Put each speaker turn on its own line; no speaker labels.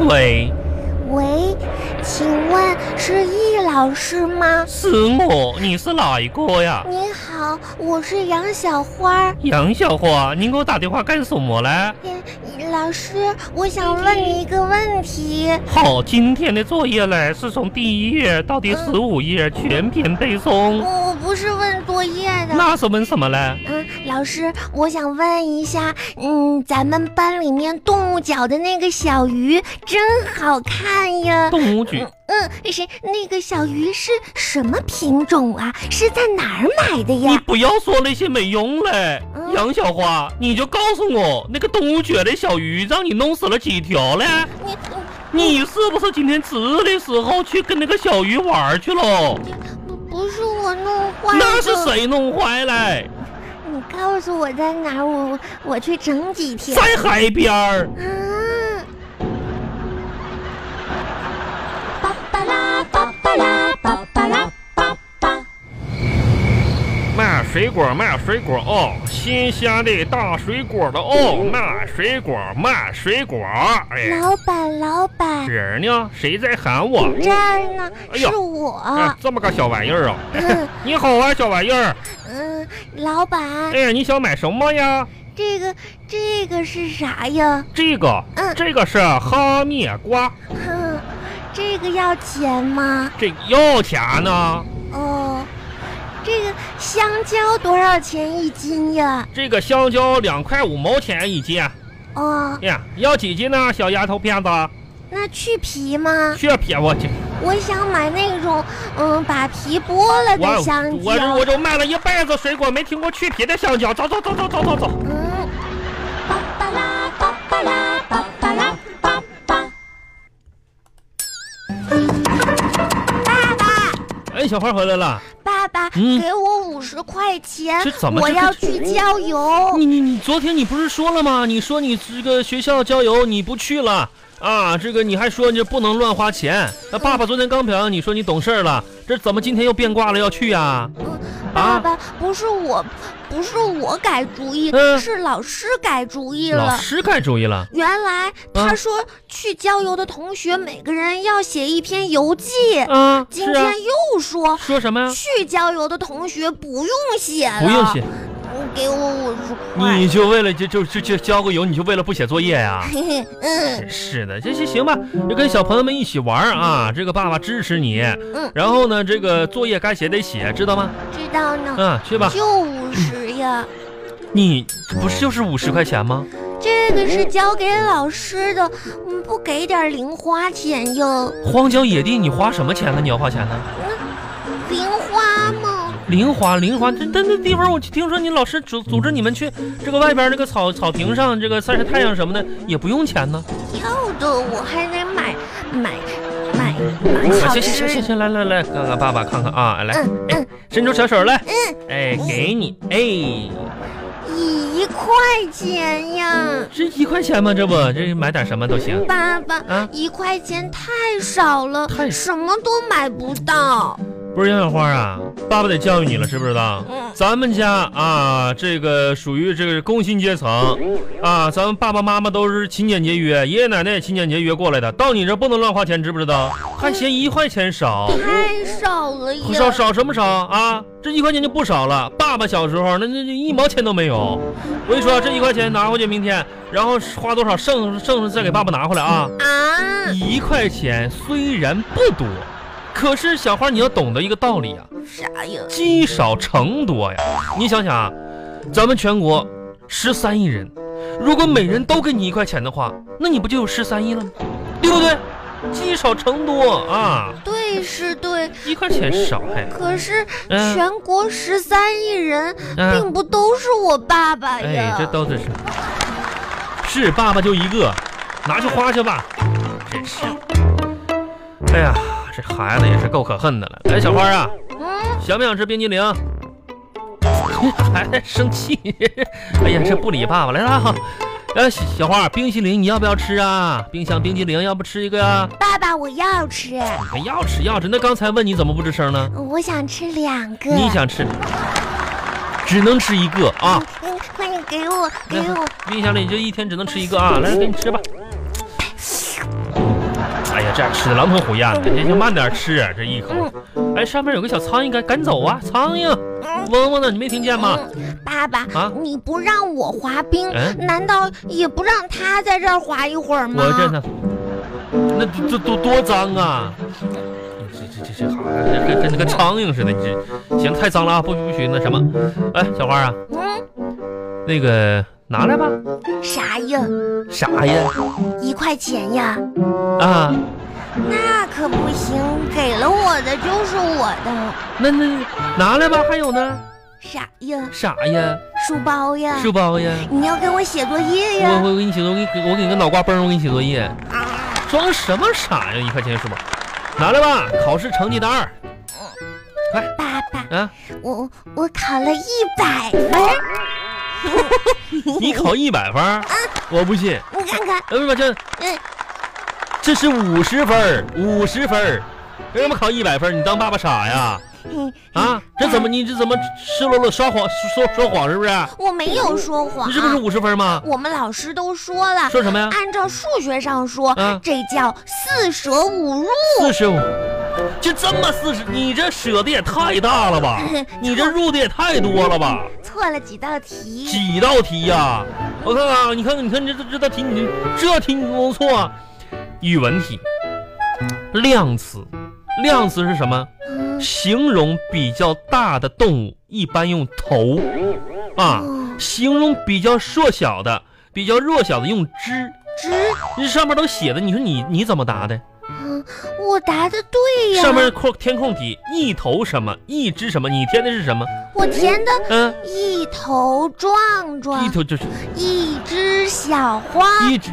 喂，
喂，请问是易老师吗？
是我，你是哪一个呀？
你好，我是杨小花。
杨小花，你给我打电话干什么嘞？
嗯老师，我想问你一个问题。
好，今天的作业嘞是从第一页到第十五页全篇背诵。
我我不是问作业的。
那是问什么嘞？
嗯，老师，我想问一下，嗯，咱们班里面动物角的那个小鱼真好看呀。
动物局。
嗯，是那个小鱼是什么品种啊？是在哪儿买的
你
呀？
不要说那些没用嘞，
嗯
杨小花，你就告诉我那个动物角的小鱼让你弄死了几条嘞？
你你
你是不是今天值日的时候去跟那个小鱼玩去了？
不不是我弄坏的，
那是？谁弄坏嘞？
你告诉我在哪儿，我我我去整几天。
在海边儿。
啊！巴巴拉巴巴拉巴巴拉巴巴。
卖水果，卖水果哦，新鲜的大水果的
嗯
哦，卖水果，卖水果。哎，
老板，老板，
人呢？谁在喊我？
这儿哦呢，
哎呦
是我。
哎，这么个小玩意儿啊！
嗯
你好啊，小玩意儿。
嗯，老板，
哎，你想买什么呀？
这个这个是啥呀？
这个
嗯，
这个是哈密瓜，
哼，这个要钱吗？
这要钱呢？
哦，这个香蕉多少钱一斤呀？
这个香蕉两块五毛钱一斤。
哦，
呀，要几斤呢，小丫头片子？
那去皮吗？
去撇我去！
我想买那种，嗯，把皮剥了
我
的香
我这我
蕉。
就卖了一辈子水果，没听过去皮的香蕉。走走走走走走走。
嗯，巴巴拉巴巴拉巴巴拉巴巴。嗯
哎，小花回来了。
爸爸，
嗯
给我五十块钱
这怎，么
我
这
要
个嗯
去郊游。
你你你，昨天你不是说了吗？你说你这个学校郊游你不去了啊？这个你还说你不能乱花钱。那爸爸昨天刚表扬你说你懂事儿了，这怎么今天又变卦了要去呀、
嗯，爸
啊
爸，不是我，不是我改主意，
嗯
是老师改主意
老
了。
师改主意了，
原来他
啊
说去郊游的同学每个人要写一篇游记，
啊，
今
是啊
天，又说
说什么呀？
去郊游的同学不用写了，
不用写，
嗯，给我五十块。
你就为了就就就就交个游，你就为了不写作业呀、
嘿嘿，嗯
真是的，这行行吧，就跟小朋友们一起玩儿啊，这个爸爸支持你。
嗯，
然后呢，这个作业该写得写，知道吗？
知道呢，
嗯，去吧。
就五十呀。
你不
嗯
是就是五十块钱吗？
这个是交给老师的，嗯，不给点零花钱哟，
荒郊野地，你花什么钱呢？你要花钱呢？
零花吗？
零花零花，这那那地方，我听说你老师组组织你们去这个外边这个草草坪上，这个晒晒太阳什么的，也不用钱呢。
要的我还得买买买买
啊
好
行行行行
吃的。
行，来来来，看看爸爸看看啊，来，
嗯嗯，
伸出小手来，哎，给你，哎，
一块钱呀，
这一块钱吗？这不，这买点什么都行。
爸爸，
啊
一块钱太少了，
太
什么都买不到。
不是杨小花啊，爸爸得教育你了，知不知道？
嗯
咱们家啊，这个属于这个工薪阶层啊，咱们爸爸妈妈都是勤俭节约，爷爷奶奶也勤俭节约过来的。到你这不能乱花钱，知不知道？还嫌一块钱少，
太少了呀，
少少什么少啊？这一块钱就不少了。爸爸小时候那那那一毛钱都没有。我跟你说，这一块钱拿回去，明天然后花多少剩剩下再给爸爸拿回来啊。
啊！
一块钱虽然不多，可是小花你要懂得一个道理啊。
啥呀？
积少成多呀！你想想啊，咱们全国十三亿人，如果每人都给你一块钱的话，那你不就有十三亿了吗？对不对？积少成多啊，
对是对，
一块钱少哎，
可是
嗯
全国十三亿人，并
嗯，
不都是我爸爸
哎
呀。，
这都是是爸爸就一个，拿去花去吧，真是。哎呀，这孩子也是够可恨的了。哎，小花啊，
嗯，
想不想吃冰激凌？ 还在生气？ 哎呀，这不理爸爸来了。哎，小小花，冰淇淋你要不要吃啊？冰箱冰激凌要不吃一个啊？
爸爸，我要吃，
哎要吃要吃。那刚才问你怎么不吱声呢？
啊我想吃两个。
你想吃？只能吃一个啊！
嗯，快点给我，给
来
我，
冰箱里就一天只能吃一个啊！来，给你吃吧。哎呀，这样吃的狼吞虎咽的，行行，慢点吃这一口。哎，上面有个小苍蝇，赶赶走啊！苍蝇，嗡嗡的，你没听见吗？
嗯，爸爸，
嗯啊
你不让我滑冰，
嗯
难道也不让他在这儿滑一会儿吗？
我这呢，那这多多脏啊！这这这这好，跟跟那个苍蝇似的，你这行太脏了啊！不不许那什么，哎，小花啊，
嗯，
那个拿来吧。
啥呀？
啥呀？
一块钱呀？
啊，
那可不行，给了我的就是我的。
那那拿来吧，还有呢？
啥呀？
啥呀？
书包呀？
书包呀？
你要给我写作业
我
哎呀？
我给你写作业，我给你我给你个脑瓜崩，我给你写作业，
啊，
装什么傻呀？一块钱书包，拿来吧，考试成绩单儿
爸爸，
啊！
我我考了一百分，
你考一百分儿，我不信。
你看看，
哎，不是这，
嗯，
这是五十分儿，五十分儿，为什么考一百分儿？你当爸爸傻呀？
嗯
啊，这怎么你这怎么赤裸裸说谎说说谎是不是？
我没有说谎啊
你，是不是五十分儿吗？
我们老师都说了，
说什么呀？
按照数学上说，
嗯
这叫四舍五入。
四十五，就这么四十，你这舍的也太大了 吧？你这入的也太多了吧？
错了几道题，
几道题呀、我看看啊，你看看，你看这这这道题，你这题你都错、啊。语文题，量词，量词是什么？
嗯
形容比较大的动物一般用头啊，
哦
形容比较弱小的、比较弱小的用只。
知，
这上面都写的，你说你你怎么答的？
嗯，我答的对呀。
上面空填空题，一头什么，一只什么，你填的是什么？
我填的
嗯、
一头壮壮
一，头就是
一只小花，
一只，